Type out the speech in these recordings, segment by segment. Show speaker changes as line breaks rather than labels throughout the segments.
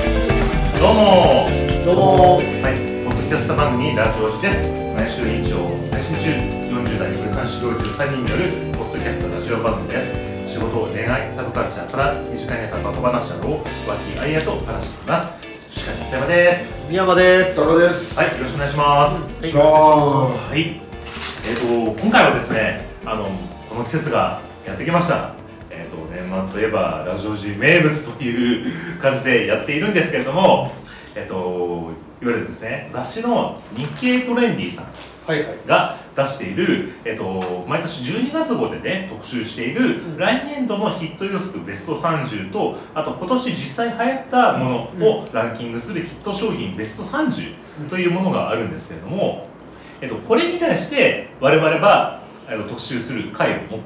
どうもはい、
どうも
ポッドキャスト番組ラジオジです毎週日曜、配信中40代13四郎13人によるポッドキャストラジオ番組です仕事、恋愛、サブカルチャーから身近にあったバカ話などを和気あいあいと話しています司会の瀬山です
宮山です
田中です。
はい、よろしくお願いします
しま
はい、えー、と今回はですねあのこの季節がやってきました、えー、と年末といえばラジオ G 名物という感じでやっているんですけれども、えー、といわゆるですね雑誌の「日経トレンディ」さん
はいはい
が出している、えっと、毎年12月号でね特集している、
うん
来年度のヒット予測ベスト30とあと今年実際流行ったものをランキングするヒット商品ベスト30というものがあるんですけれども、えっと、これに対して我々はあの特集する回を持ってい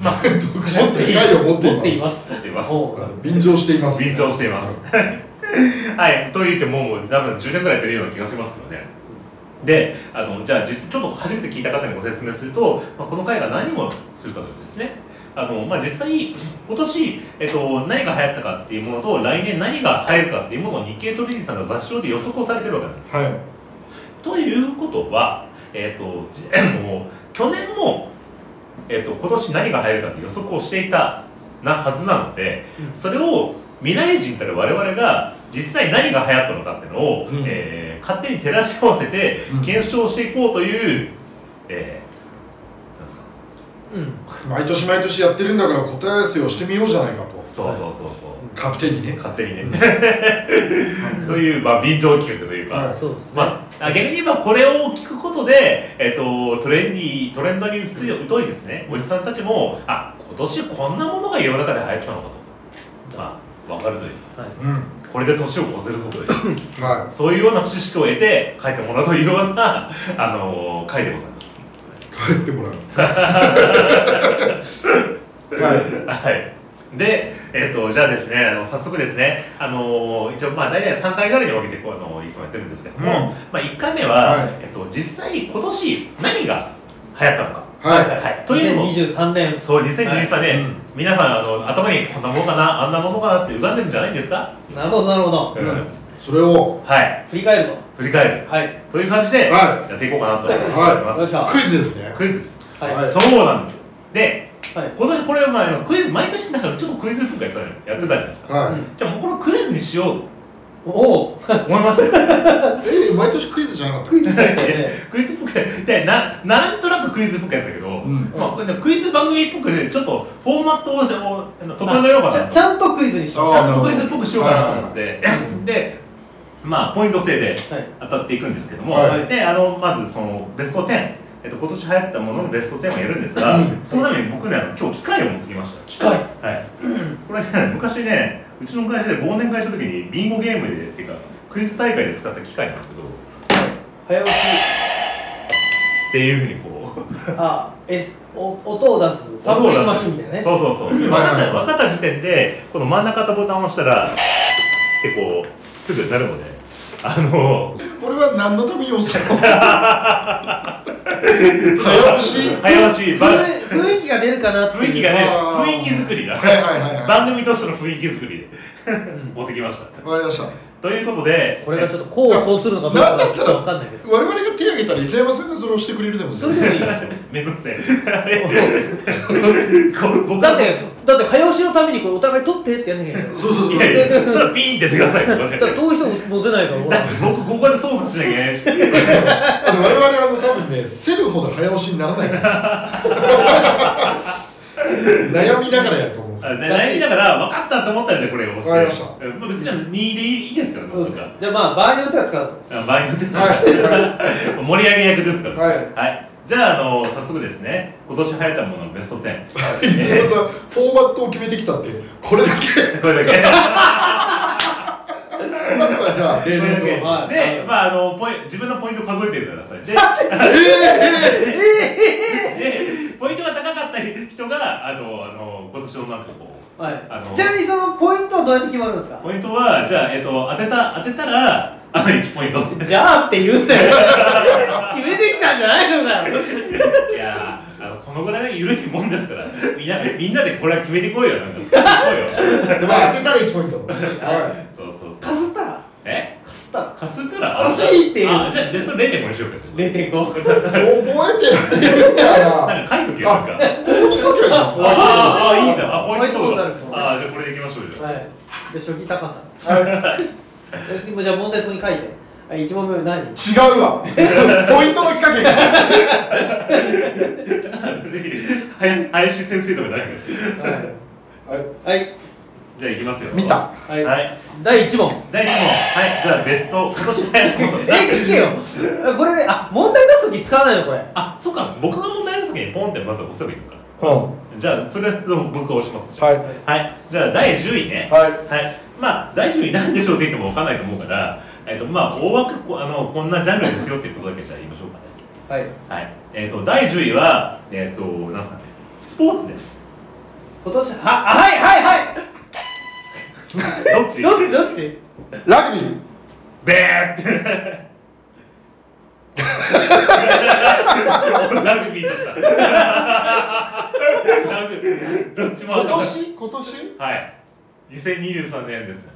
ます。まあ、特
集する回を持っています
ます
持っています。
お
あの便乗しています。
便乗しています。 はい、と言ってももう多分10年ぐらいやってるような気がしますけどね。で、あのじゃあ実ちょっと初めて聞いた方にご説明すると、まあ、この回が何をするかというとですね、あのまあ、実際今年、えっと、何が流行ったかっていうものと来年何が流行るかっていうものを日経トリンさんが雑誌上で予測をされてるわけなんです。
は
ということは、えっと じもう去年も、えっと今年何が流行るかって予測をしていたなはずなので、
うん
それを未来人たる我々が実際何が流行ったのかっていうのを、
うん
えー勝手に照らし合わせて
うん
検証していこうという、えーなんですか
うん
い。毎年毎年やってるんだから答え合わせをしてみようじゃないかと。
そうそうそうそう、
勝手にね。
勝手にね という、まあ、便乗企画というか、
はい
そうですね
まあ、逆に言えばこれを聞くことで、えっとトレンディトレンドに疎いですねおじさんたちもあ今年こんなものが世の中で流行ってたのかと、まあ、分かるという
はい
うん。
これで年を越せるぞ という
は
そういうような知識を得て書いてもらうというような、あの回でございます。
い。帰っても らう。は
はい、で、えっとじゃあですねあの早速ですね、あの一応まあ大体3回ぐらいに分けてこうあのいつもやってるんですけども、
うん
まあ、1回目は、
はい
えっと実際今年何が流行ったのか。
い。は
はい、というのも
2023年
そう2023
い。う
年、
ん
皆さんあの頭にこんなものかなあんなものかなって浮かんでるんじゃないんですか、
なるほどなるほど
うんそれを
はい
振り返る
振り返る
とはい
という感じで
は
やっていこうかなと思います、
よいしょ
クイズですね。
クイズです、
はい
はい
そうなんですで
はい
今年これ、まあ、クイズ毎年なんかちょっとクイズ風がやってたじゃないですか、
は
うん
じゃあもうこのクイズにしよう
おお
と思いましたよ
い。え毎年クイズじゃなかった。
クイズだった ね
クイズっぽくでななんとなくクイズっぽくやってたけど、
うん
まあ、これねクイズ番組っぽくでちょっとフォーマットをしてもうあの整えようかな
ち
と
ゃちゃんとクイズにしま
ち
あ
ゃんとクイズっぽくしようかなと思って、で、まあ、ポイント制で
はい
当たっていくんですけども、
はい
であのまずそのベスト10、えっと、今年流行ったもののベスト10をやるんですが、
うん
そのために僕ね、あの今日機械を持ってきました。
機械
はい、これね、昔ね、うちの会社で忘年会した時に、ビンゴゲームで、っていうか、クイズ大会で使った機械なんですけど、っ
早押し
ていうふうにこう、
あえお音を出す
砂糖を出す
音楽マシンみたいなね
そうそうそう、分かった分かった時点で、この真ん中のボタンを押したら、ってこう、すぐなるので、あの、
これは何のために押すの？ 早押し。はい
早押し、ば
雰囲雰囲気が出るかなっていう
雰囲気がね、
あー
雰囲気作りが、
はいはいはい。
番組としての雰囲気作りで
うん
持ってきました。
わかりました。
ということで、
これがちょっとこうそうするのかどうかがちょっとわかん ないけど
我々が手を挙げたら伊勢山さんがそれをしてくれるでも
それでもいいですよ
めんどくせえ。僕
だって、だって早押しのためにこれお互い取ってってやんなきゃいけない
そうそうそう
いやいや、それはピーンってやってくださいよ、これ
だからどうしても持てないから 俺
だって僕、ここで操作しなきゃいけないし。
あの我々はもう多分ね、競るほど早押しにならないから。悩みながらやると思う。
あで悩みだから、分かったと思ったら、じゃあこれを押して。
わかりました
うんまあ別に2でいいですよ、
そう
な
で
ん
す
か
か。じゃあまあ場合によっては使うと
あ場合によって
は
盛り上げ役ですから。
はい
じゃあ、あの、早速ですね、今年流行ったもののベスト10。
い。伊勢山さん、フォーマットを決めてきたって、これだけ。
これだけ。
あとはじゃあ、例年と。
で、
え
はい
まあ、あの、ポイ自分のポイントを数えてみてください。で、
え
でポイントが高かった人が、あと、あの、今年のなんかこう、あ
は
の
い、ちなみにそのポイントはどうやって決まるんですか
ポイントは、じゃあ、えっと、当てた、当てたら、あの、1ポイント。
じゃあって言うんだよ 決めてきたんじゃないのかよ
いやー、あの、このぐらいの緩いもんですから、みんな、みんなでこれは決めてこいよ、なんか、作ってこいよ。
えで、まあ、当てたら1ポイント。はい。
そうそうそう。
かすったらた
かすからあ
惜しいっていう
あじゃあでそれ0.5にしようか
0.5
覚えてないから
なんか書いとけよなんか
ここに書けばいいじゃんホワイトボード
ああいいじゃんあホワイトボード
ホワイトボードある
ああじゃあこれでいきましょうじゃあ
はいじゃあ初期高さはい もうじゃあ問題そこに書いてはい一問目は何
違うわポイントのきっかけが
別に林林先生とかじゃないけど
はい
じゃあいきますよ
見た
は、
はいい、
はい、第1問
第1問はいじゃあベスト今年流行ったこと
え聞けよこれねあ問題出す時使わないのこれ
あそうか僕が問題の時にポンってまず押せばいいのか
うんは
じゃあそれは僕が押します
い
じゃあ
は
はいじゃあ第10位ね
い
はい、まあ第10位なんでしょうって言っても分かんないと思うから、えっとまあ、大枠こあのこんなジャンルですよっていうことだけじゃあ言いましょうかね、
はい
はいえっと第10位は、えっとなんすかね、スポーツです
今年はあはいはいはい
どっち
どっちどっ ち
ラグビー
べーってラグビーだったラグビーどっちも
今
当たった
年今年
はい2023年です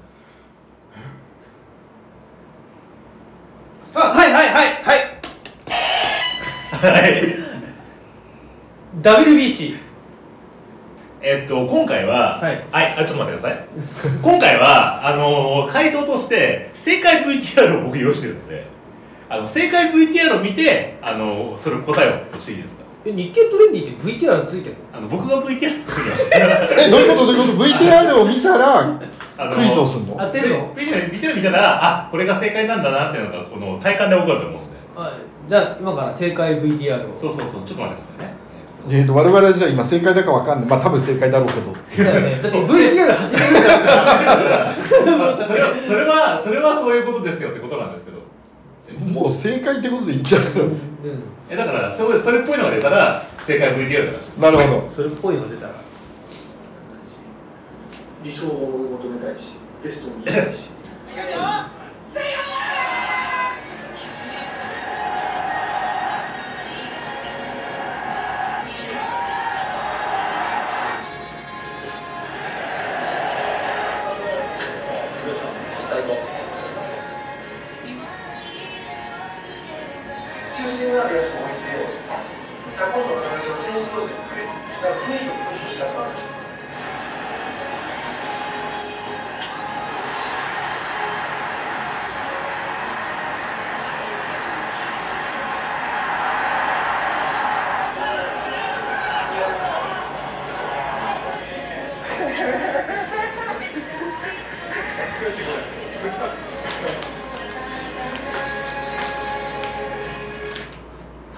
あはいはいはいはい
はい
WBC
えっと、今回は、
はい
あ、ちょっと待ってください。今回は、あのー回答として、正解 VTR を僕用意してるので、あの、正解 VTR を見て、あのーそれを答えをとしていいですか
え日経トレンディって VTR についてる
あの、僕が VTR 作りました。
えどういうことどういうこと VTR を見たら
あのー
クイズをすんの
当てるの
VTR 見てる見たら、あ、これが正解なんだなっていうのが、この体感で起こると思うんで。
はいじゃあ今から正解 VTR を
そうそうそう、ちょっと待ってくださいね。
えーと我々はじゃあ今正解だかわかんないまあ多分正解だろうけど
だよね、別に VTR 始めるんだから
あ それは、それは、それはそういうことですよってことなんですけど。
もう正解ってことでいっちゃう
う
え、だから、それそれっぽいのが出たら、正解 VTR だらしい。
なるほど
ん、それっぽいの出たら
理想を求めたいしベストを見たいし中心のあるやつも置いてジャポンの形を選手同士で作りだから雰囲気を作ってほしかったんです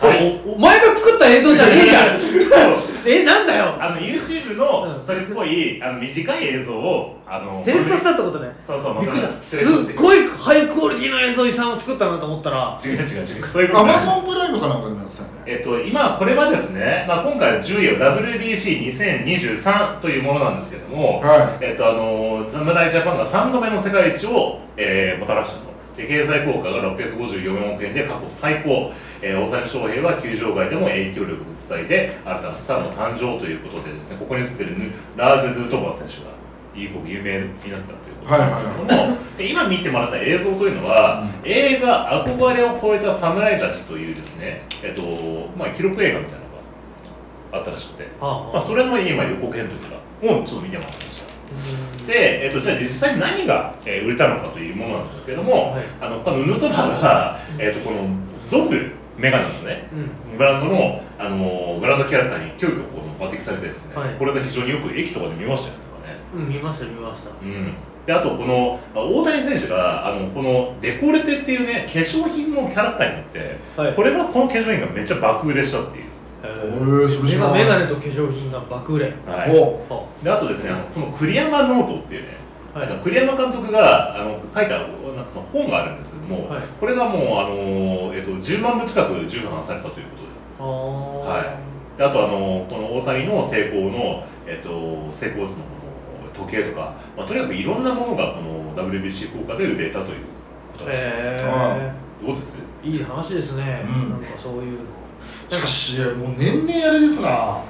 はい。
おお前が作った映像じゃねえじ ゃんえなんだよ
あの YouTube
う
の
ん
それっぽいあの短い映像をあの
セレクトしたってことね
そうそう
びっくりした
セレクトして
すっごいハイクオリティの映像遺産を作ったなと思ったら
違う違う違うそういうこと
ア
じゃ
マ
ない
ゾンプライムかなんかでもやってたよね
えっと今これはですね、まあ、今回10位は WBC2023 というものなんですけども、
は
えっとあの侍ジャパンが3度目の世界一を、えーもたらしたと。で経済効果が654億円で過去最高、えー大谷翔平は球場外でも影響力を伝えて新たなスターの誕生ということでですねここに映ってるヌラーズ・ヌートバー選手がいい子有名になったということなんですけども、で今見てもらった映像というのは、映画「憧れを超えた侍たち」というですね、えっとまあ、記録映画みたいなのがあったらしくて、
ああ
まあ、それの今予告編というかをちょっと見てもらいました。
うん
で、えっと、じゃあ実際に何が、えー売れたのかというものなんですけども、
はい
あのこのヌートバーが、えっと、このゾブメガネのね
うん
ブランドの、あのーブランドキャラクターに急遽こう抜擢されてですね、
はい
これが非常によく駅とかで見ましたよねなんかね。
うん見ました見ました
うん、であとこのまあ大谷選手があのこのデコレテっていうね化粧品のキャラクターになって
はい
これがこの化粧品がめっちゃ爆売れしたっていう、
えー、それ
メ
知ら
ガ
ない
メガネと化粧品が爆売れ
はい、
お
は
であとですねあのこの栗山ノートっていうね
あ
なん
は
か
い
栗山監督があの書いたなんかその本があるんですけども、
はい
これがもう、あのーえっと10万部近く重版されたということで
あー
はであと、あのこの大谷の成功の、えっと、成功図のこの時計とか、まあ、とにかくいろんなものがこの WBC 効果で売れたということらしいです。
え
どうです
ー、いい話ですね、
うん
なんかそういうの
しかしもう年々あれですなわ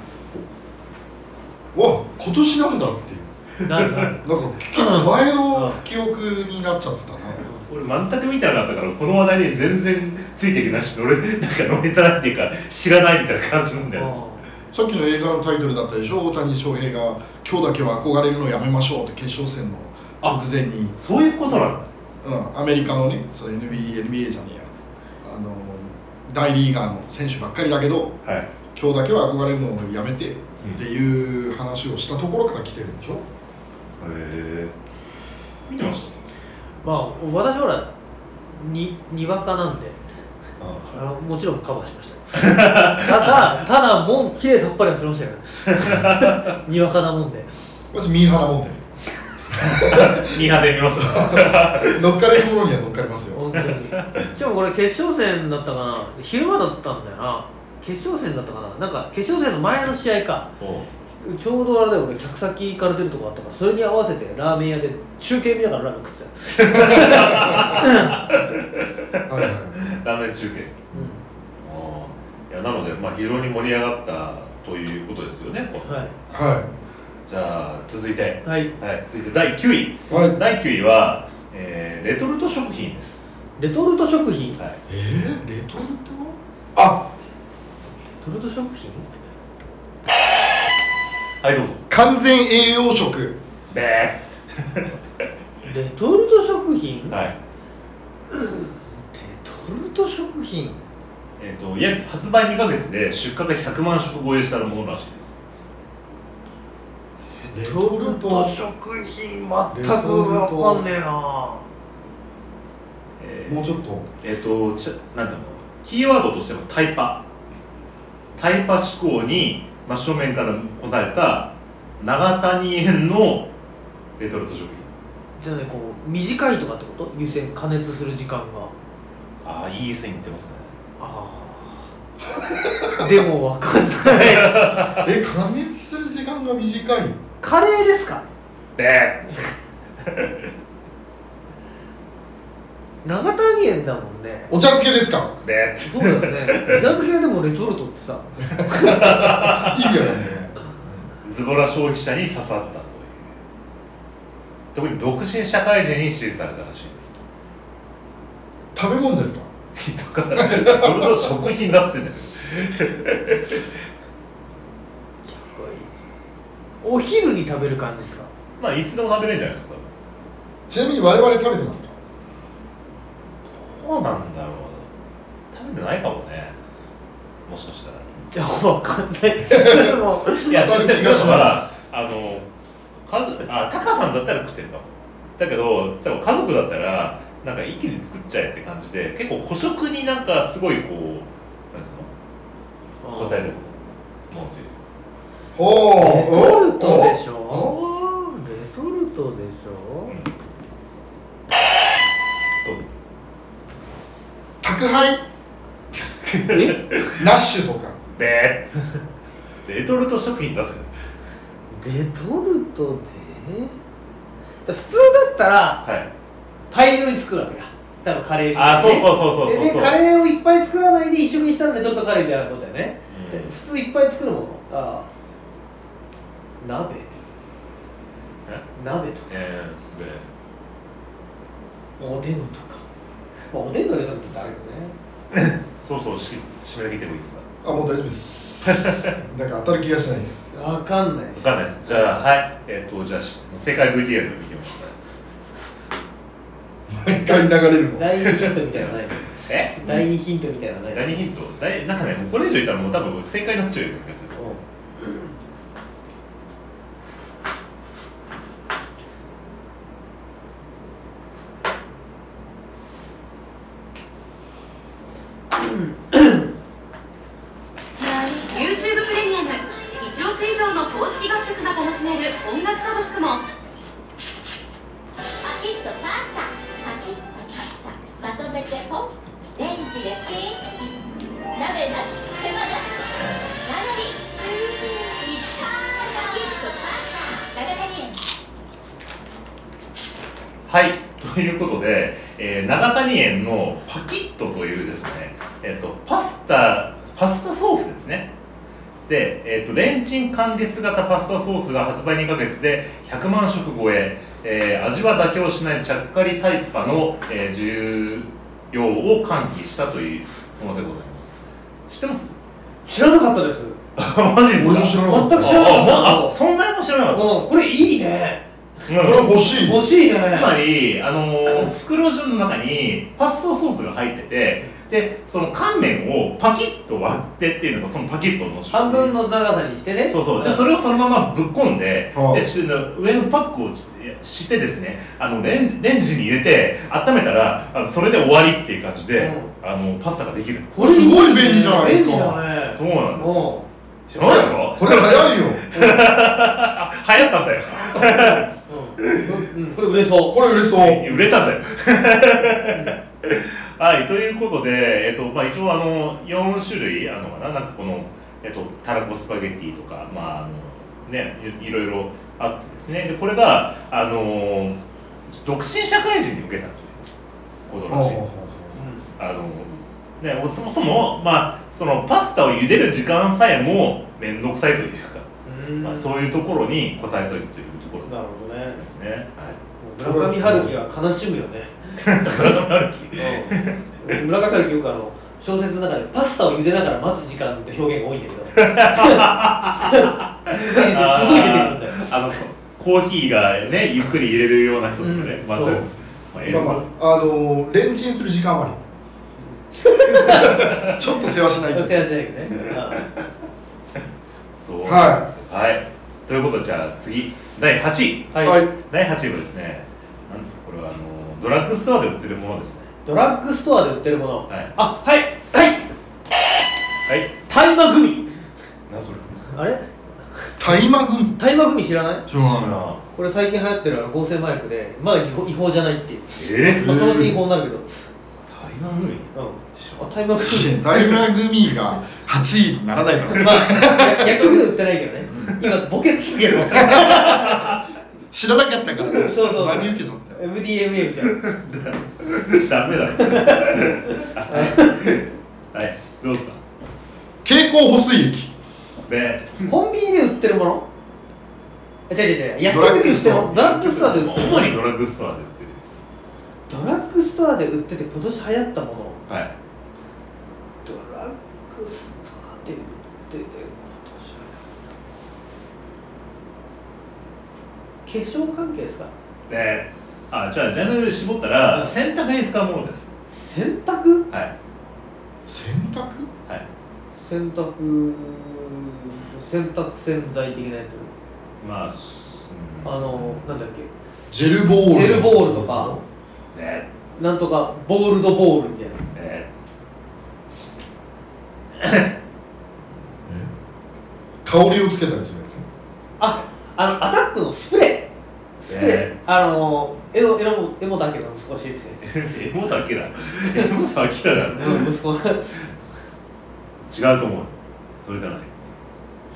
今年なんだっていう
なるなる
なんか結構前の記憶になっちゃってたな
俺全く見てなかったからこの話題に全然ついていけないし乗れなんか乗れたらっていうか知らないみたいな感じなんだよ
さっきの映画のタイトルだったでしょ大谷翔平が「今日だけは憧れるのやめましょう」って決勝戦の直前に、
そういうことなんだ
うん、アメリカのねその NBA, NBA じゃねえやあの大リーガーの選手ばっかりだけど
はい
今日だけは憧れるのをやめてっ
うん
ていう話をしたところから来てるんでしょ
へえ見てまし
まあ私ほらににわかなんで
たあ
あのもちろんカバーしま したよただただもう綺麗さっぱり忘れましたよ にわかなもんで
私ミーハーなもんで
ミーハー で見ました
乗っかれるものには乗っかります よ
本当にしかもこれ決勝戦だったかな昼間だったんだよな決勝戦だったかななんか決勝戦の前の試合か
おう
ちょうどあれだよ俺客先から出るとこあったからそれに合わせてラーメン屋で中継見ながらラーメン食ってたよ、
はいはいはい
ラーメン中継ああいやなので、まあ、非常に盛り上がったということですよねこ
うん、
れ
はい
は
じゃあ続いて、
はい
はい、続いて第9位
いはい
第9位は、えーレトルト食品です、
レトルト食品レ
はい、
えー、レトルトあ
トルト食品
はいどうぞ
完全栄養食
べー
レトルト食品レ
はい
トルト食品
えー、と約発売2か月で出荷が100万食超えしたものらしいです
レ
レ
ト
ト
ル
ル
ト
ト食品
レ
全
トル
く
ト
わかんねえな
え
もう
ー
ちょっと
えー、とちなんていうのキーワードとしてはタイパタイパ思考に真正面から答えた永谷園のレトルト食品
じゃあねこう短いとかってこと湯煎加熱する時間が
ああいい線いってますね
ああでもわかんない
え加熱する時間が短い
カレーですか
べ
長谷園だもんね
お茶漬けですか
ーべー
そうだよね伊沢漬けでもレトルトってさ
意味がね
ズボラ消費者に刺さったという特に独身社会人に支持されたらしいです
食べ物ですか
とか、レトルト食品だっつってね。
お昼に食べる感じですか
まあ、いつでも食べれるんじゃないですか。多
ちなみに我々食べてますか
分どうなんだろう。食べてないかもね。もしかしたら。
じゃあわかんないですもう
いや、
当た
だ
る
か
気がしま
ら、あの、家族、あ、タカさんだったら食ってるかも。だけど、多分家族だったら、なんか一気に作っちゃえって感じで、結構孤食になんかすごいこう、なんつうの答えると思うっていう。
お
レト
お
ルトでし
お
ょレトルトでしょ
どうぞ。
宅配
え
ラッシュとか
で、 レトルト食品出せ。
レトルトでだ普通だったら
はい。
大量に作るわけだ多分カレーみたい
あ
に
そう
ね
そうそうそうそう
で
そ
で
う
カレーをいっぱい作らないで一緒にしたらレトルトカレーみたいなことだよね、で
うん
普通いっぱい作るものあー鍋
え
鍋とか
えー、で
おでんとか、まあ、おでんのレトルトってあるよね
そうそうし締めだけてもいいですか
あもう大丈夫ですなんか当たる気がしないです
わかんないで
分
す
かんないですじゃあはいえっ、とじゃあし正解 VTR 見てみましょ
毎回流れるの
第二ヒントみたいなのないの
うえ
第二ヒントみたいなのないの
何ヒント大なんかねもうこれ以上言ったらもう多分正解になっちゃうような気がする
おう
ユーチューブプレミアム1億以上の公式楽曲が楽しめる音楽サブスクも
パキッとパスタパキッとパスタまとめてポンレンジでチン鍋なし手間なし並びいったパキッとパスタ長谷園
はいということで、えー、長谷園のパキッとというですねえっ、とパスタパスタソースですねって、えー、とレンチン完結型パスタソースが発売2ヶ月で100万食超ええー味は妥協しないちゃっかりタイパの、えー需要を喚起したというものでございます知ってます
知らなかったです
マジですか
俺も知らなかっ
全く知らなかった
あああ存在も知らなかった
うんこれいいね
うん
これ欲しい
欲しいね
つまり、あのー、袋状の中にパスタソースが入っててでその乾麺をパキッと割ってっていうのがそのパキッとの
半分の長さにしてね
そうそうでそれをそのままぶっこんで
はあ
でし上のパックをししてですねあのレンレンジに入れて温めたらあのそれで終わりっていう感じで、あのパスタができる
こ
すごい便利じゃないですか
便利だね
そうなんですよ
も
知らないですか
これ流行るよ
あ流行ったんだよ
う、うんうん、これ売れそう
これ売れそう
売れたんだよ はいということで、えっとまあ、一応あの4種類あるのかななんかこの、えっと、たらこスパゲッティとかまああのねいいろいろあってですねでこれがあの独身社会人に受けたということらしいですあの、ね、そもそも、まあ、そのパスタを茹でる時間さえも面倒くさいというか、
うん
まあ、
う
そういうところに応えとるというところ
なるほどね
ですね。 はい
もう村上春樹が悲しむよねうん村上春樹よくあの小説の中でパスタを茹でながら待つ時間って表現が多いんだ けどすごい出てすごい出てくるんだよ
あのコーヒーがねゆっくり入れるような人とかね、
うん
まあ
そう
そういうまあ、ええ
まあまあ、あのー、レンチンする時間はあるよちょっと世話しないけど
せやしないけどねうん
そう
は
はい、ということでじゃあ次第8位
い、
は
はいい、
第8位はですねなんですかこれはあのドラッグストアで売ってるものですね
ドラッグストアで売ってるもの、
はい
あはいは
は
い
い
大麻グミ
何それ
あれ
大麻組
大麻グミ知らない
知らない
これ最近流行ってるあの合成麻薬でまだ違法違法じゃないっていう、
え
まあ、そのうち違法になるけど、うん、
台湾グミ
あ大麻グミ
大麻組が8位にならないからね
まあ、や薬局で売ってないけどね、今、ボケてきてるから、
知らなかったから ね
そうそうそう
真に受けちゃったよ
MDMA みたいな、
ダメだはい、はい、どうですか
蛍光補水液
で
コンビニで売ってるもの違う違う違う、薬
ドラッ
局で
グ
売っ
ス
てる
ト
も
ア
のドラッグストアで売っ
主
てるもの
にドラッグストアで売ってる
ドラッグストアで売ってて、今年流行ったもの、
はい
ドラッグストアで売ってて、今年流行ったもの、化粧関係ですか、
であじゃあジャンル絞ったら
うん
洗濯に使うものです
洗濯
はい
洗濯
はい
洗濯、洗濯洗剤的なやつ、
まあすうん
あの、なんだっけ。
ジェルボール
ジェルボールとか
ね
なんとかボールドボールみたいな
ね
香りをつけたりするやつ
ああのアタックのスプレースプレー、
え
あのエロエロエモだけど息子しいですね
エモだけだエモだけだな
息子が
違うと思うそれじゃない、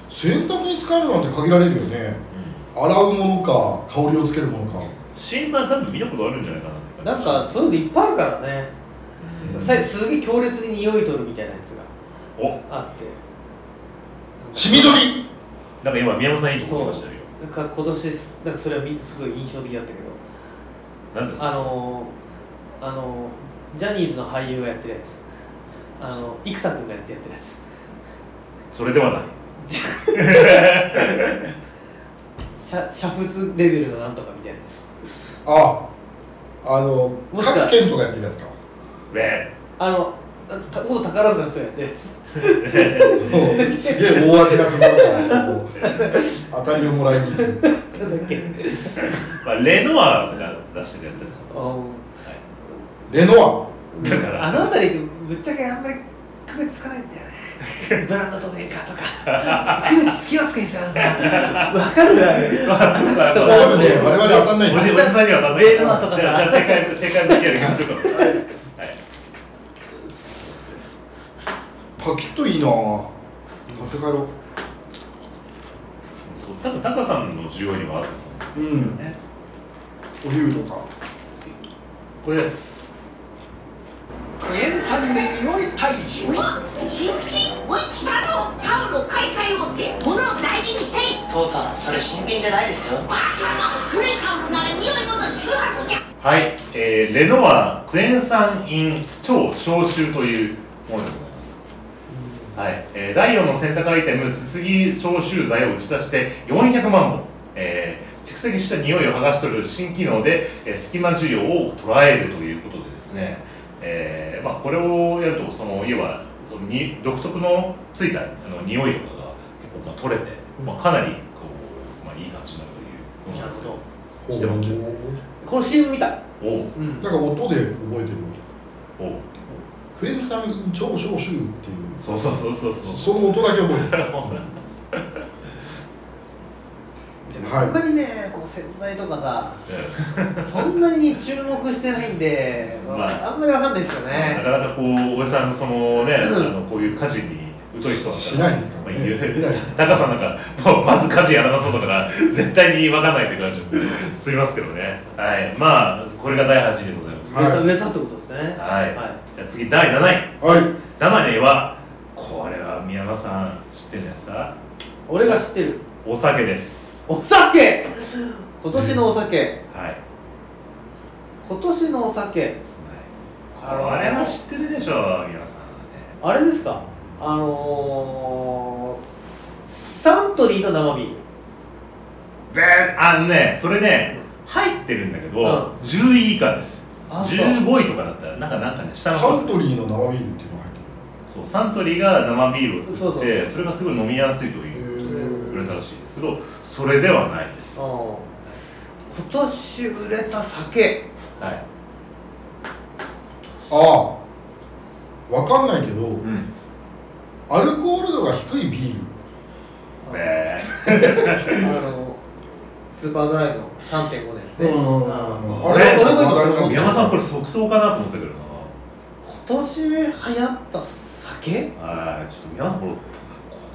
洗濯に使えるなんて限られるよね洗うものか香りをつけるものか
新版多分見たことあるんじゃないかなって
なん
じがし
かそういうのいっぱいあるからね、
ます
うん
さすげえ強烈に匂い取るみたいなやつが
うんお
あって
シミ取り
なんか今宮本さんいいとこ言いましたよ
なんか今年なんかそれはみすごい印象的だったけど
何ですか
あのあのジャニーズの俳優がやってるやつあの生田君がやってやってるやつ
それではない
煮沸レベルのなんとかみたいな
ああの
もしか
各県とかやってるやつか
ね
あのあた元宝塚の人がやってるやつ
うんすげえ大味なところからこう当たりをもらいに行く
なんだっけ
まあ、レノアが出してるや つ
あ
レノ
だから
の辺りってぶっちゃけあんまり区別つかないんだよねブランドとメーカーとか区別つきますか伊 沢さんわかるわね
まあ
ア
まあ
多分ね我々当たんない
お
で
じ
す
おじさんにはなんない
レーノアとかさ
じゃあじゃあ正解正解 VTR いきましょうかはい
パキッといいなぁ買って帰ろ
そう多分タカさんの需要にもあるんですよね
ううん
ね
お昼とか
これです
クエン酸で匂い退治
新品おい来たのタオルもう買い替えようって物を大事にせい
父さんそれ新品じゃないですよ
バカな古いタオルなら匂い物にするはずじゃ
はい、えーレノアクエン酸イン超消臭というものでございます、はいえー第4の選択アイテムすすぎ消臭剤を打ち出して400万本、えー蓄積した匂いを剥がし取る新機能で、えー隙間需要を捉えるということでですね、えーまあ、これをやるとその要はそのに独特のついたあの匂いとかが結構まあ取れて、まあ、かなりこう、まあ、いい感じになるというものなんですけど知ってます
この CM 見た
おう
うん
なんか音で覚えてる
おう
クエン酸超消臭っていう
そうそうそうそうそう
その音だけ覚えてる
あんまりね、こう洗剤とかさ、
う
そんなに注目してないんで、
まあ
あ、んまりわかんないですよ
んな
ね。
かなかこうおじさんそのねあのこういう家事に疎い人だ
し
ったら
ないですからね
まあ言う
見ないです
高さんなんかもうまず家事やらなそうだから絶対に分かんないって感じもすみますけどねはいまあこれが第8位でございます
は
上と上とってことですね。
はい
は
じゃあ次第7位
はい
ダマネはこれは宮川さん知ってるんじゃないですか
俺が知ってる。
お酒です
お酒今年のお酒。
はいはい
今年のお酒。あの
これは知ってるでしょ宮川さんはね
あれですかあのー、サントリーの生ビール。
であのねそれね入ってるんだけど、
うん
10位以下です
そう。
15位とかだったらなんかなんかね下の
サ
方
ントリーの生ビールっていうのが入って
そうサントリーが生ビールを作って
そ
そう
そう
れがすごい飲みやすいという
る
売れ
へ
たらしいんですけどそれではないです、は
うん今年売れた酒。
い
ーああわかんないけど
うん
アルコール度が低いビール
え
あのスーパードライの3.5のやつね、
うん
あ
あ
れ
れ
俺も今それ思
ー、
っ
う
て
ん
宮
た
山さんこれ即答かなと思ったけどな
今年流行った酒
はいちょっと宮山さんこれこ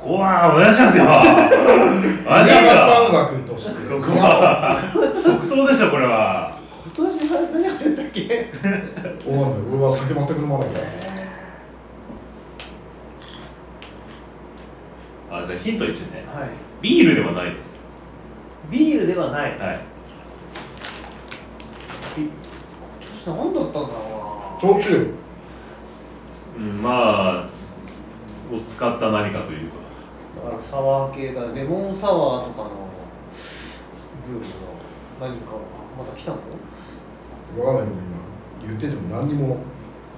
こはお願いしますよお願いし
宮川
ま
三枠として
ここは即答でしょこれは
今年は何流行ったっけ
おわかんない俺は酒全く飲まないから
あじゃあヒント1ね
はい
ビールではないです
ビールではない今
はい
年何だったんだろうな
焼酎
うんまあを使った何かというか
だからサワー系だレモンサワーとかのブームの何かまだ来たの
わかんないけど今言ってても何にも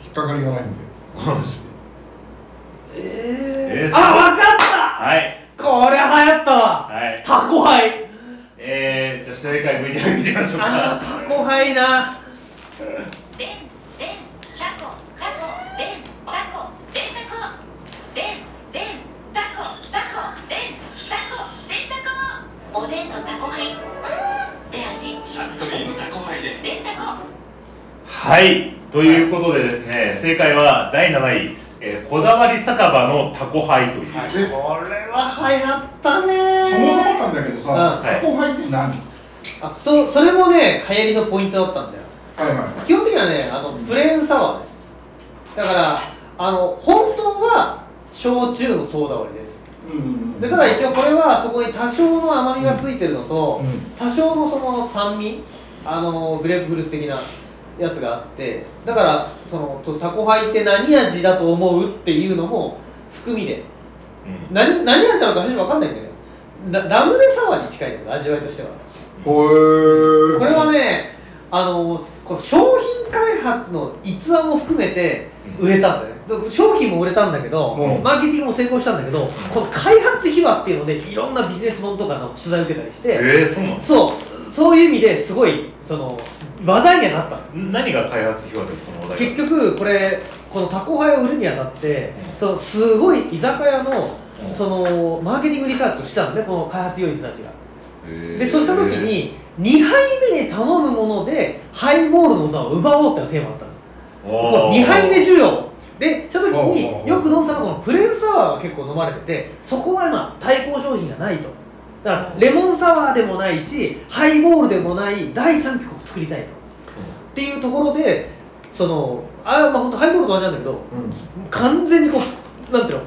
引っかかりがないんで
え
えー
あ分かっ
はい
たこれ流行ったわ
はい
タコハイ
えー、じゃあ下理解 VTR 見てみましょう
あ
か
ータコハイな
でんでんタコタコでんタコでんタコでんでんタコタコでんタコでんタコおでんとタコハイうんで味
サントリーのタコハイで
でんタコ
はいということでですね正解は第7位、えーこだわり酒場のタコハイという、
これは流行ったね
そ
ー
もそもなんだけどさ、
うんはい
タコハイって何はい
あそそれもね流行りのポイントだったんだよ
は
基本的にはねあのプレーンサワーですだからあの本当は焼酎のソーダ割りです
いうん
でただ一応これはそこに多少の甘みがついてるのと、
う
多少のその酸味あのグレープフルーツ的なやつがあってだからそのとタコハイって何味だと思うっていうのも含みで
うん
何何味なのか私分かんないんだよねララムネサワーに近いんだよ味わいとしては
ほえー
これはねあのこの商品開発の逸話も含めて
うん
売れたんだよねだから商品も売れたんだけど、
うん
マーケティングも成功したんだけど、この開発秘話っていうのでいろんなビジネス本とかの取材を受けたりして、
えー、そうなんです
そうそういう意味ですごいその話題にはなったの
何が開発費用だとその話題
結局これこのタコハイを売るにあたって、
うん
そのすごい居酒屋の、
うん
そのマーケティングリサーチをしたんだねこの開発用人たちが。
えー
でそうした時に2杯目に頼むものでハイボールの座を奪おうっていうのがテーマだったんです
おー
2杯目需要でした時に
おー
よく飲んだのはこのプレーンサワーが結構飲まれててそこはまあ対抗商品がないとだからレモンサワーでもないしハイボールでもない第3曲を作りたいとっていうところでそのあまあ本当ハイボールと同じなんだけど
うん
完全にこうなんていうの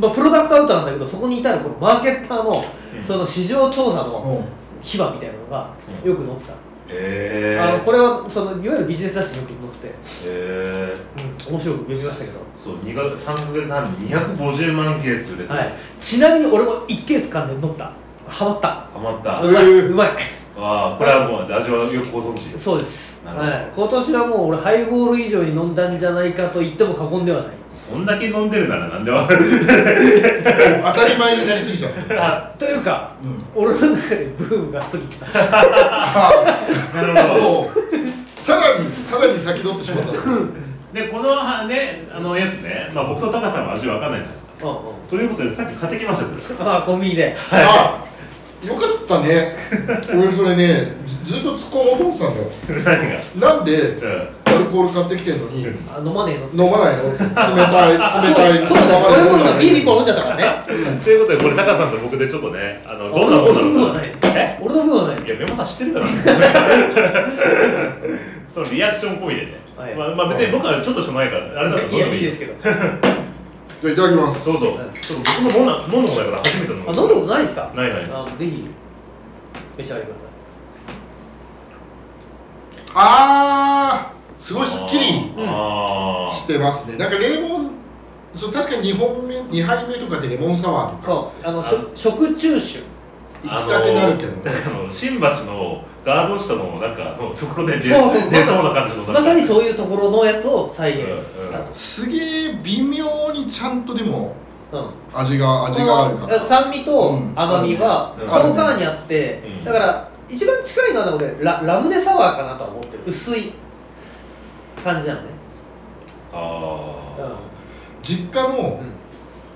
まあ、プロダクトアウトなんだけどそこに至るこのマーケッターの
うん
その市場調査
う
の
ん
秘話みたいなのが
うん
よく載ってた、
え
あの
ー
これはそのいわゆるビジネス雑誌によく載ってて、
えー
面白く読みましたけど
そう2月3ヶ月半に250万ケース売れてる
はい、ちなみに俺も1ケース噛んで乗ったハマった
ハマった
うまい、
えー
うまい
ああこれはもう味はよくご存知
そうです、
なるほど
はい、今年はもう俺ハイボール以上に飲んだんじゃないかと言っても過言ではない
そんだけ飲んでるなら何でもあ る
もう当たり前になりすぎちゃった
というか
うん
俺の中でブームが過ぎた
あ
なる
あもうさらにさらに先取ってしまった
でこのはねあのやつね、まあ、僕とタカさんは味わかんないじゃないですか
うん、うん、
ということでさっき買ってきましたけど
あコンビニで
あよかったね俺それねずずっと突っ込もうと思って
何が
たんだよなんで
うん
アルコール買ってきてんのに
あ飲まねえの
飲まないの冷たい冷たい
そうそうだね
生
俺
で
も
飲んだ
今
の
ビール1
に
本飲んじゃったからね
ということでこれタカさんと僕でちょっとねあのどんなもの
俺の分
なの
は
か
ない俺の分はない
いやメモさん知ってるだ ろそのリアクション込みでね、
はい
まあ、まあ別に僕はちょっとしかないからあれだから
いやいいですけどあ
じゃあいただきます
どうぞちょっと僕も飲んだ飲んだことないから初めて飲む
飲んだことないですか
ないないです
あぜひ召し上がりください
あーすごいすっきり
うん
あー
してますねなんかレモンそう確かに2本目2杯目とかでレモンサワーとか
そうあのしょ食中酒
行きたくなるけどね
あの新橋のガード下のなんかのところで出出
そ
そうう
そう
な感じのなんか
まさにそういうところのやつを再現したと、
すげえ微妙にちゃんとでも
うん
味が味があるか
この
ら
酸味と甘みは
うん
この川にあって、
うん
だから一番近いのはね俺ララムネサワーかなとは思ってる薄い感じなのね、うん
あ
実家の
うん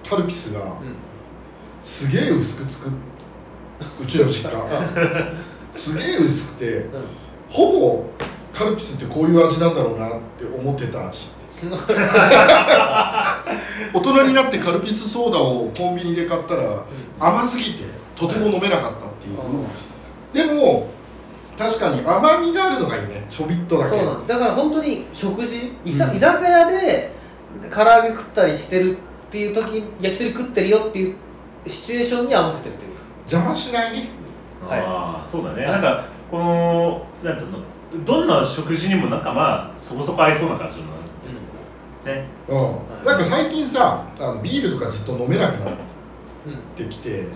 カルピスが
うん
すげえ薄く作っうちの実家すげえ薄くて
うん
ほぼカルピスってこういう味なんだろうなって思って た味大人になってカルピスソーダをコンビニで買ったら甘すぎてとても飲めなかったっていう、でも確かに甘みがあるのがいいねちょびっとだけ
そうなんだから本当に食事いさ居酒屋で唐揚げ食ったりしてるっていう時焼き鳥食ってるよっていうシチュエーションに合わせてるっていう
邪魔しないね
ー
はい
あーそうだねなんかこのなんつうのどんな食事にもなんかまあそこそこ合いそうな感じのね
うん、なんか最近さあのビールとかずっと飲めなくなっ
うん、うん
てきて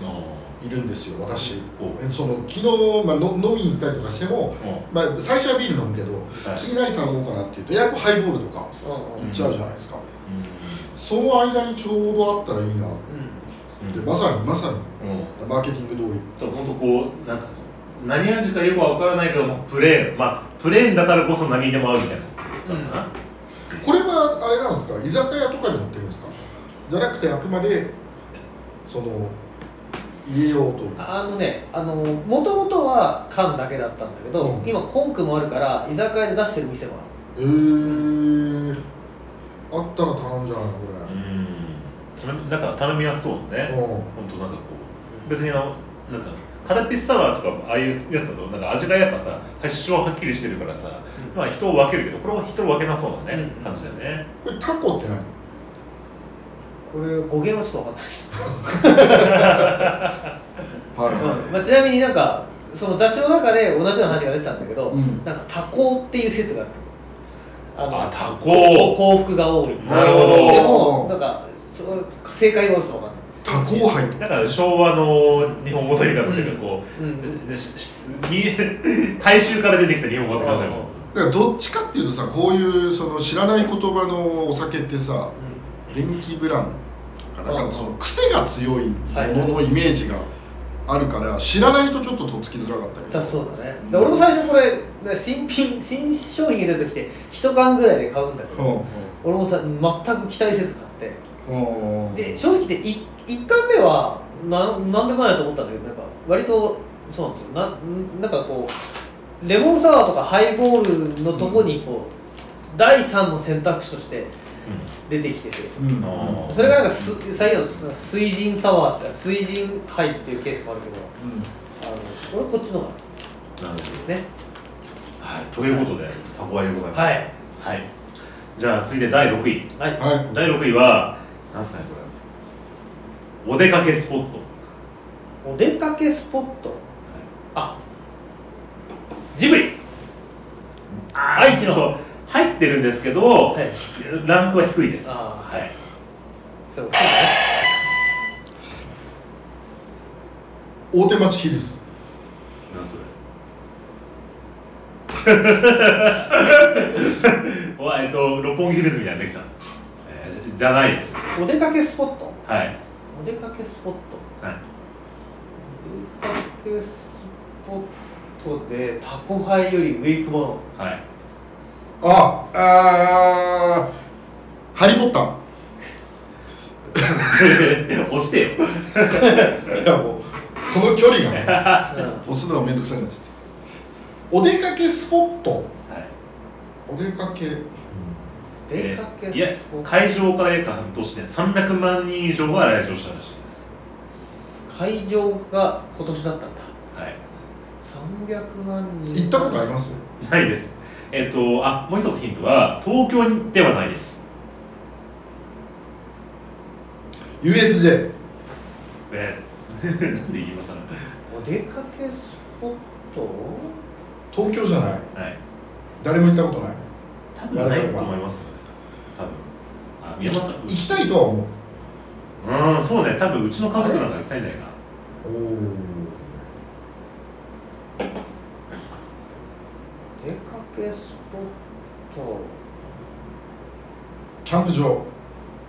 いるんですよ私
お
えその昨日、まあ、の飲みに行ったりとかしても、
も
まあ、最初はビール飲むけど、
うはい
次何頼もうかなっていうとやっぱハイボールとか
うん
行っちゃうじゃないですか、
う
その間にちょうどあったらいいなっ
う
うん
てまさにまさに
うん
マーケティング通り
と本当こうなんつうの何味かよくわからないけどもプレーンまあプレーンだからこそ何にでも合うみたいなことだな
これはあれなんですか居酒屋とかに持ってるんですかじゃなくてあくまでその家用と
んあのねあのもともとは缶だけだったんだけど、
うん
今コンクもあるから居酒屋で出してる店もある
えー、あったら頼んじゃうなこ
うんなんか頼みやすそうだ
れ、
ね
うん
本当なんかこう別にあのなんつうのカルピスサワーとかああいうやつだとなんか味がやっぱさ発祥はっきりしてるからさまあ人を分けるけどこれは人を分けなそうなね、
うん
感じだよね
これタコって何
これ語源はちょっと分かんない です、
は
うんまあ、ちなみになんかその雑誌の中で同じような話が出てたんだけど、
うん
なんか多幸っていう説があるあ
あ多
幸
幸
幸福が多い
なるほど
でもなんかそう正解が多いと分かんない
タコ入って
だから昭和の日本語というかなんていうかこ
う
う、
ん
でししみ 大衆から出てきた日本語って感じだもん
だからどっちかっていうとさこういうその知らない言葉のお酒ってさ電気ブランドかななんかその癖が強いもののイメージがあるから知らないとちょっととっつきづらかったけど
だそうだね、で俺も最初これね新品新商品入れる時って一缶ぐらいで買うんだけど、俺もさ全く期待せず買って
うんうん
で正直でい1巻目はなんなんでもないと思ったんだけどなんか割とそうなんですよなんなんかこうレモンサワーとかハイボールのとこにこう、第3の選択肢として出てきてて
うん
あー
それがなんかす最後のなんか水神サワーって水神ハイっていうケースもあるけどあの俺こっちの方が
なるほど
ですね
はい、ということで、タコワイでございます。
はい
はい。じゃあ、続いて第6位。
はい
はい
第6位は、何ですかね、こお出かけスポット
お出かけスポットあジブリ愛知の
ちょっと入ってるんですけど、
はい
ランクは低いです
あ
はい
それおそうだね
大手町ヒルズ
なんそれ おえっと六本木ヒルズみたいにできた、えーじゃないです
お出かけスポット
はい
お出かけスポット
はい
お出かけスポットでタコハイより上行くもの
はい
ああーハリー・ポッタ
押してよ
ーい やもうこの距離が
うん
押すのがめんどくさいなっちゃってお出かけスポット
はい
お出かけ
お出かけ
いや
スポット
会場から約半年で300万人以上が来場したらしいです
会場が今年だったんだ
はい
300万人
行ったことあります
ないですえっ、とあもう一つヒントは東京ではないです
USJ
ね なんで今更
お出かけスポット
東京じゃない
はい
誰も行ったことない
多分ないと思いますよね多分あ
行き
さん
行きたいとは思う
うんそうね多分うちの家族なんか行きたいんじゃないか
お
お出かけスポット
キャンプ場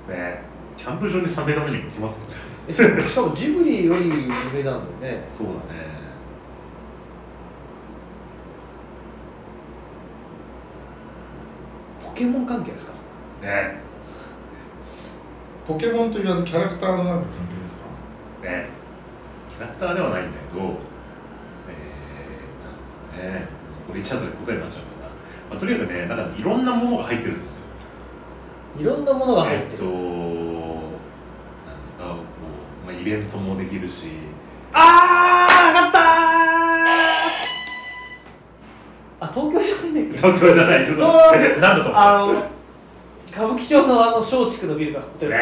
なねキャンプ場にサメが目にも来ますよね
えしかもしかもジブリより上なんだよね
そうだね
ポケモン関係ですか
ね
ポケモンと言わずキャラクターのなんか関係ですか
ねキャラクターではないんだけどえー、なんですかねこれ言っちゃうとね答えになっちゃうから、まあ、とにかくねなんかいろんなものが入ってるんですよ
いろんなものが入って
えっ
る、
となんですかこう、まあ、イベントもできるし
あー上がったーあ東京じゃないんだっけ
東京じゃないけど
東
なんだと思う
あの歌舞伎町のあの松竹のビルがホテル
え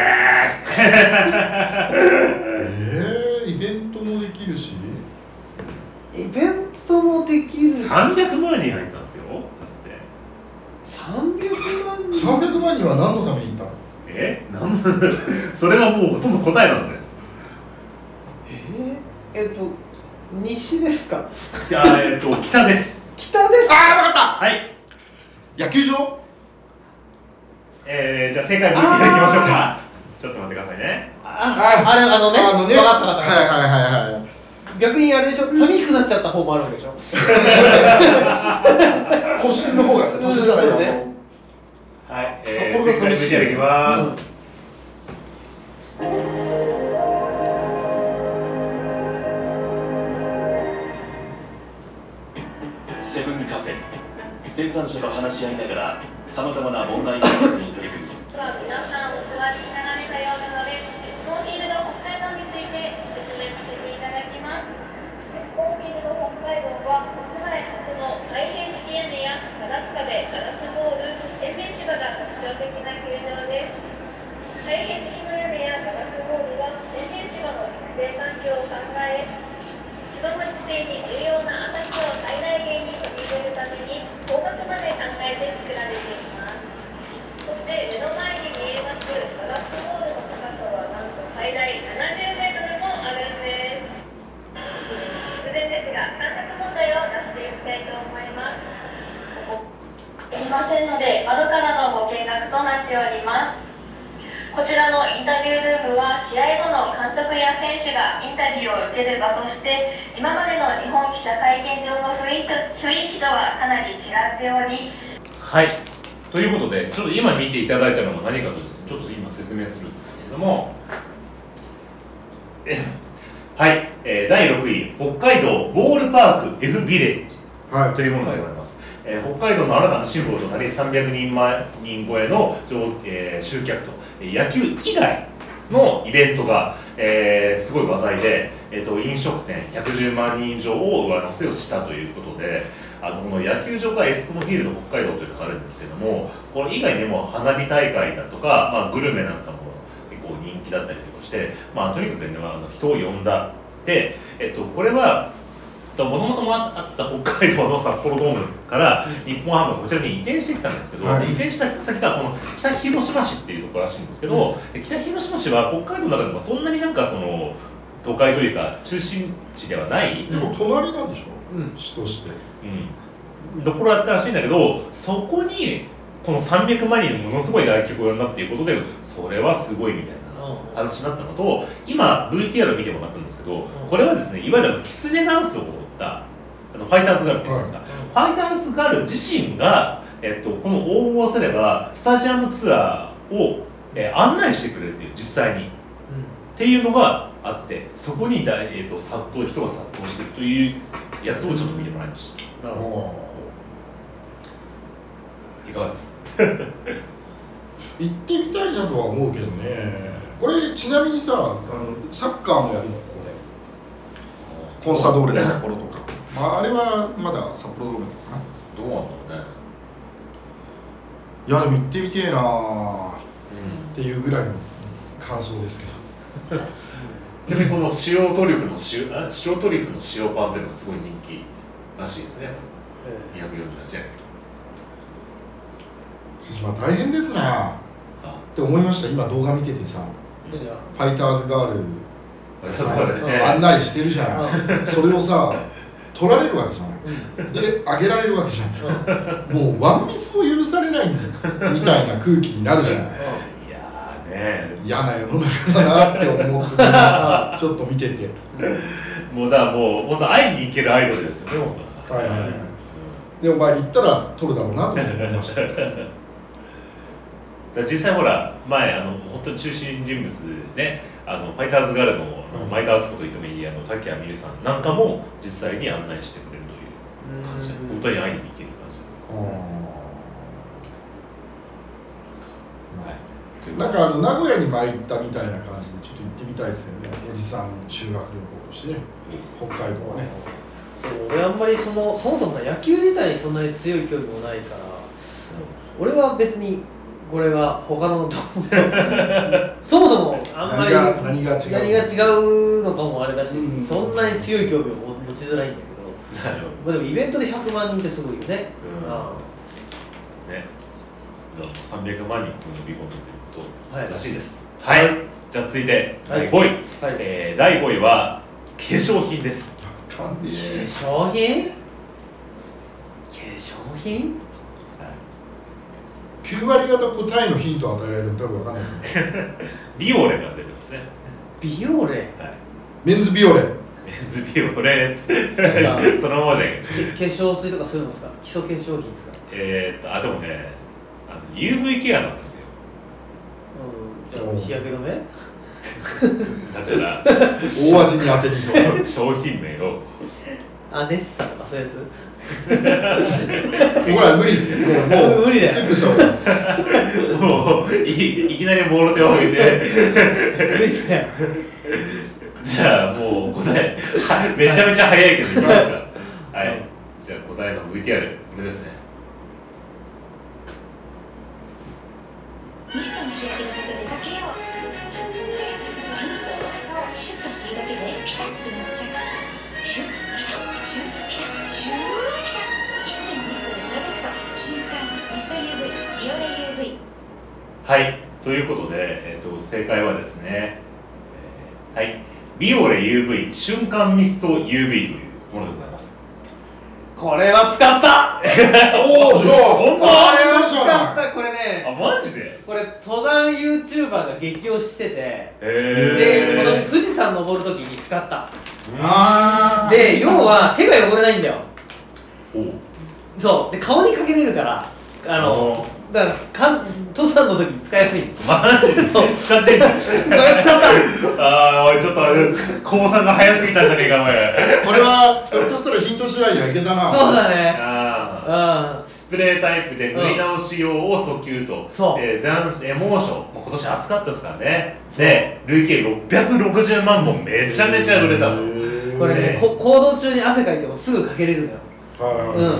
えイベントもできるし
イベントもできる
300万人入ったんですよだって
300万人
300万人は何のために行ったの
えなんだ それはもうほとんど答えなんだよ
えー、えっと西ですか
じゃあえっと北です
北ですか
ああ分かっ
はい
た野球場
えー、じゃあ正解見ていただきましょうかちょっと待ってくださいね
ああれあのね
あのね
分かった分かった、
はいはいはいはい
逆にあれでしょ寂しくなっちゃった方もあるわけでしょ
都心の方が都心じゃないよ、
そうね
はい、
札幌が寂しい
正解見ていただきます、
セブンカフェ生産者と話し合いながらさまざまな問題解決に取り組み
では皆さんお座りになられたようなのでエスコンフィールド北海道について説明させていただきますエスコンフィールド北海道は国内初の開閉式屋根やガラス壁ガラスボール天然芝が特徴的な球場です開閉式の屋根やガラスボールは天然芝の育成環境を考え芝の育成に重要な朝日を最大限に取り入れるために方角まで考えて作られていますそして目の前に見えますガラスボールの高さはなんと最大70メートルもあるんです突然ですが三択問題を出していきたいと思いますすいませんので窓からのご見学となっておりますこちらのインタビュールームは試合後の監督や選手がインタビューを受ける場として今までの日本記者会見場の雰囲気と雰囲気とはかなり違っており
はいということでちょっと今見ていただいたのが何かというとちょっと今説明するんですけれどもえはい、えー、第6位北海道ボールパーク F ビレッジ
はい
というものでございます、えー北海道の新たなシンボルとなり300人万人超えの、えー集客とえー野球以外のイベントが、えーすごい話題で、えー、と飲食店110万人以上を上乗せをしたということであのこの野球場がエスコンフィールド北海道というのがあるんですけどもこれ以外にも花火大会だとか、まあ、グルメなんかも結構人気だったりとかして、まあ、とにかくね、まああの、人を呼んだで、えっと、これはもともともあった北海道の札幌ドームから日本ハムがこちらに移転してきたんですけど、
はい
移転した先がこの北広島市っていうところらしいんですけど、で北広島市は北海道の中でもそんなになんかその都会というか中心地ではない、
でも隣なんでしょ
うん
市として
うん、ところだったらしいんだけどそこにこの300万人のものすごい大曲がなっていうことでそれはすごいみたいな
うん
話になったのと今 VTR を見てもらったんですけどこれはですねいわゆるキツネダンスを踊ったあのファイターズガールって言うんですか、ファイターズガール自身が、えっと、この応募をすればスタジアムツアーを、えー案内してくれるっていう実際にっていうのがあってそこにだ、えっと殺到人が殺到してるというやつをちょっと見てもらいました
なるほど
も
いかがですか
う行ってみたいなとは思うけどねこれちなみにさあのサッカーもやるのここでコンサドーレ札幌とか、まあ、あれはまだ札幌ドームなのかな
どうなんだろうね
いやでも行ってみてえなあ
うん
っていうぐらいの感想ですけど
ちなみにこの塩トリュフの塩あ塩トリュフの塩パンっていうのがすごい人気らしいですね
え
248円
まあ大変ですな
あ
って思いました今動画見ててさ
え何が
ファイターズガール
あれそうだ ね
案内してるじゃ
うん
んそれをさ取られるわけじゃない
うん
であげられるわけじゃ
うんうん
んもうワンミスも許されないみたいな空気になるじゃない
いやーね
嫌な世の中だなって思ってたちょっと見てて
もうだからもう本当会いに行けるアイドルですよね本当
はいはいはい
うん
でもまあ行ったら取るだろうなと思いました
だから実際ほら前あの本当に中心人物ねあのファイターズガールのあの
うん
前田敦子と言ってもいいあのさっきはみゆさんなんかも実際に案内してくれるという感じで本当に会いに行ける感じです
あー
はいということ
な
で
んかあの名古屋に前行ったみたいな感じでちょっと行ってみたいですよねおじさん修学旅行としてね北海道はね
そう俺あんまりそのそもそもが野球自体にそんなに強い興味もないから俺は別にこれが他のと そもそもあんま
何
り
が何が違う
何が違うのかもあれだし、
うん
そんなに強い興味を持持ちづらいんだけど、
なるほど
まあ、でもイベントで100万人ってすごいよね、
うん
あ
ね、だから300万人呼び込んでるこ
はい
とらしいです。はい、じゃあ続いて
はい
第5位、
あはい、
えー第5位は化粧品です。
感じ
化粧品化粧品
9割方答えのヒントを与えられても多分わかんないけど
ビオレが出てますね。
ビオレ
はい、
メンズビオ
メ
レ
ンズビオレ
なんか
そのままじゃん。
け化粧水とかそういうのですか基礎化粧品ですか
えーっとあでもね、あの UV ケアなんですよ。
うんじゃあ日焼け止め
だから
大味に当てにし
商商品名を
アネッサとかそういうやつ
ほら無理っすもうもう
無理だよ
スキップした方がいいです
もういいきなりボール手を挙げて、
無理だよ
じゃあもう答えはいめちゃめちゃ早いけどいきますか。はい、じゃあ答えの VTR これですね。
ミストの日焼け止めと出かけようミストはそうシュッとするだけでピタッとなっちゃうからシュッピタッシュッピタッシュッピタッいつでもミストでプロテクト瞬間ミスト UV ビオレ UV
はい、ということで、えー、と正解はですね、えーはい、ビオレ UV 瞬間ミスト UV というものでございます。
これは使った
おおすごい
ほんま
あれ
これ
は
は
じ
使っ
ゃ
たこれね
あ、マジで
これ登山 YouTuber が激推ししててで今年
え
富士山登るときに使った
ー、
ああ
で要は手が汚れないんだよ
おう
そうで顔にかけれるからあの
お
だからかん登山の時に使いやすいんです
マジで
そう
使ってんじゃん
これ使った
あーおいちょっとあれ降参が早すぎたんじゃねえかお前
これはひょっとしたらヒント次第にはいけたな
そうだね う
あー
ん
スプレータイプで塗り直し用を訴求と、
そう
えー残暑えー猛暑もう今年暑かったですからねで累計660万本めちゃめちゃ売れたと
へー
これね、こ行動中に汗かいてもすぐかけれるのよ
はいはいはい
うん
うん
っ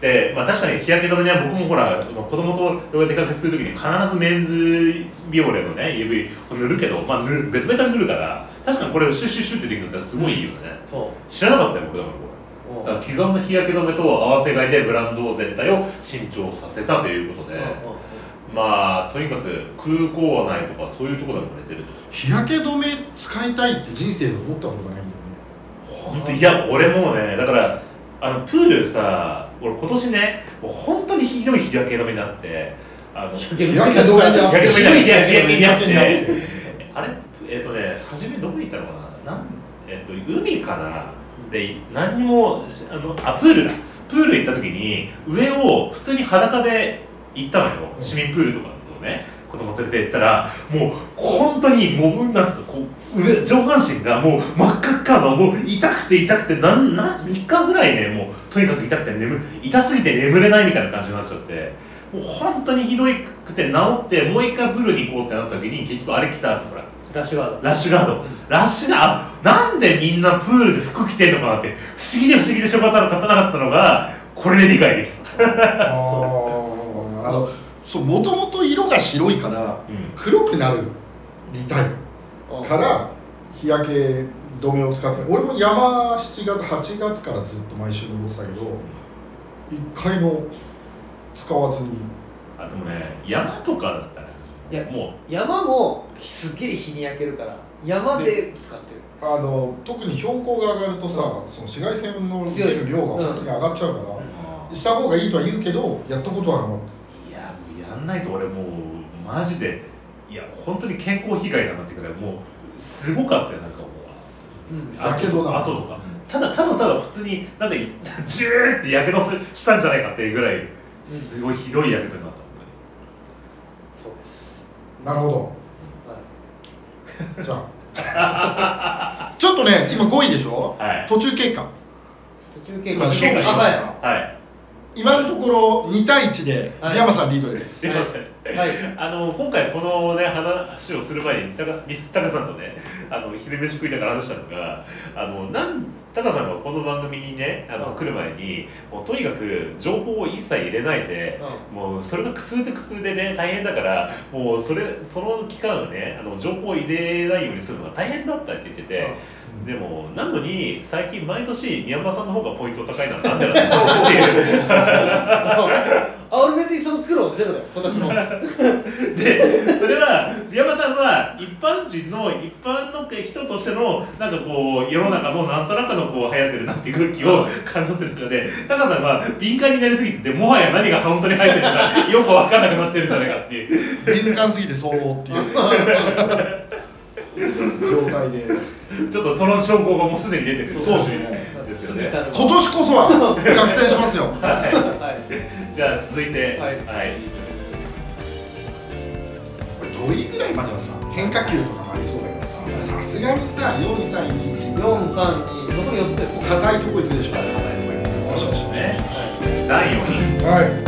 て、まあ、確かに日焼け止めね僕もほら子供と出かけする時に必ずメンズビオレのね指を塗るけど、まあ、塗るベトベタに塗るから確かにこれをシュッシュッシュッってできるんだったらすごいいいよね、
そ
知らなかったよ俺だからこれ
う
だから既存の日焼け止めと合わせ買いでブランド全体を新調させたということで、まあとにかく空港内とかそういうところでも売れてると
日焼け止め使いたいって人生で思ったことがないもんね
本当いや俺もうねだからあのプールさ俺今年ねもう本当にひどい日焼け止めになってあの日
日焼け止めにあっ
焼け止
て
めになって日焼け止めになっ
日焼け
てあれえっ、とね初めどこ行ったのかななん、えっと海かなで何にもあのあプールだプール行った時に上を普通に裸で行ったのよ
うん
市民プールとかのね子供連れて行ったらもう本当にもうなんつうのこう上上半身がもう真っ赤っかのもう痛くて痛くてなんなん3日ぐらいねもうとにかく痛くて眠痛すぎて眠れないみたいな感じになっちゃってもう本当にひどくて治ってもう一回プールに行こうってなった時に結局あれ来たほら
ラッシュガード
ラッシュガードラッシュガードなんでみんなプールで服着てんのかなって不思議で不思議でしょうがなかったのがこれで理解できた、
あーあのそうもともと色が白いから
うん
黒くなるみたいから日焼け止めを使って俺も山7月8月からずっと毎週登ってたけど一回も使わずに
あでもね山とかだったら
いや
も
山もすげえ日に焼けるから山で使ってる
あの特に標高が上がるとさその紫外線の受ける量が本当に上がっちゃうから、
う
した方がいいとは言うけどやったことはなかっ
いやもうやんないと俺もうマジでいや本当に健康被害だなっていうくらいもうすごかったよなんかもう
うん
やけどだ
あととかただただただ普通になんかいジューってやけどすしたんじゃないかっていうぐらいすごいひどいやけどになった本
そうです
たなるほ
はい
どじゃあ ちょっとね今5位でしょ
当にはい
途中経過
途中経
今
過
勝負し
あ
ま
は
す
い
から
はい
今のところ2対1で
はい
山さんリードです、
すいません
はい
あの今回このね話をする前にタカタカさんとねあの昼飯食いながら話したのがあのなんタカさんがこの番組にねあの来る前にもうとにかく情報を一切入れないでもうそれが苦痛で苦痛でね大変だからもうそれその期間をねあの情報を入れないようにするのが大変だったって言ってて、でもなのに最近毎年宮間さんの方がポイント高いのはなんでなんですかっていう
あ俺別にその苦労ゼロだよ今年の
でそれは宮間さんは一般人の一般の人としてのなんかこう世の中のなんとなくのこう流行ってるなっていう空気を感じ取ってる中でタカさんは敏感になりすぎてもはや何が本当に入ってるのかよく分からなくなってるんじゃないかっていう
敏感すぎてそうっていう状態で
ちょっとその証拠がもうすでに出てくる
そう ですね
です よね
今
今年こそは逆転しますよ
はい
じゃあ続いて
はい
5位ぐらいまではさ変化球とかもありそうだけどささすがにさ4 3 2 1
四三二残り四つです
硬いとこ行くでしょ
はい
よしよしよしよし
第4位
はい